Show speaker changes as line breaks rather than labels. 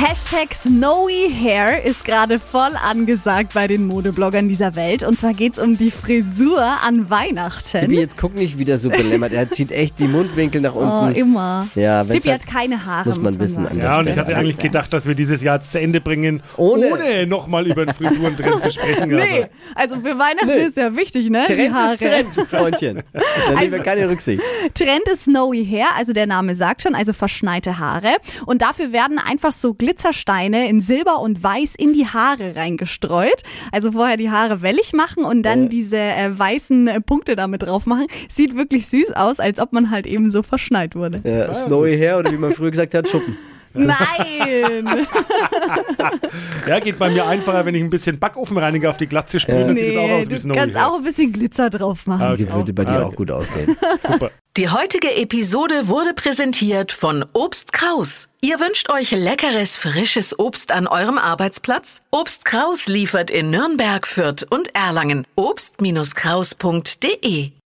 Hashtag Snowy Hair ist gerade voll angesagt bei den Modebloggern dieser Welt. Und zwar geht's um die Frisur an Weihnachten.
Tippi, jetzt guck nicht wieder so belämmert. Er zieht echt die Mundwinkel nach
Oh,
unten.
immer.
Ja, wenn's
Tippi
halt-
hat keine Haare.
muss man wissen
sagen.
an der
Ja, und ich
Stelle.
hatte eigentlich gedacht, dass wir dieses Jahr zu Ende bringen,
Ohne.
ohne, nochmal über den Frisurentrend zu sprechen.
Nee,
Aber
also für Weihnachten
Nee.
ist ja wichtig, ne? die
Trend
Haare.
ist Trend, Freundchen. Da nehmen wir
Also-
keine Rücksicht.
Trend ist Snowy Hair, also der Name sagt schon, also verschneite Haare. Und dafür werden einfach so Glitzersteine in Silber und Weiß in die Haare reingestreut. Also vorher die Haare wellig machen und dann diese äh, weißen äh, Punkte damit drauf machen. Sieht wirklich süß aus, als ob man halt eben so verschneit wurde.
Äh, Snowy Hair oder wie man früher gesagt hat, Schuppen.
Nein!
ja, geht bei mir einfacher, wenn ich ein bisschen Backofenreiniger auf die Glatze sprühe, dann sieht das auch
nee,
aus wie
du
Snowy.
kannst
Hair.
auch ein bisschen Glitzer drauf machen.
Ah,
Ist
okay.
auch
Würde bei dir
Ah,
auch
okay.
gut aussehen.
Super.
Die heutige Episode wurde präsentiert von Obst Kraus. Ihr wünscht euch leckeres, frisches Obst an eurem Arbeitsplatz? Obst Kraus liefert in Nürnberg, Fürth und Erlangen. Obst-Kraus.de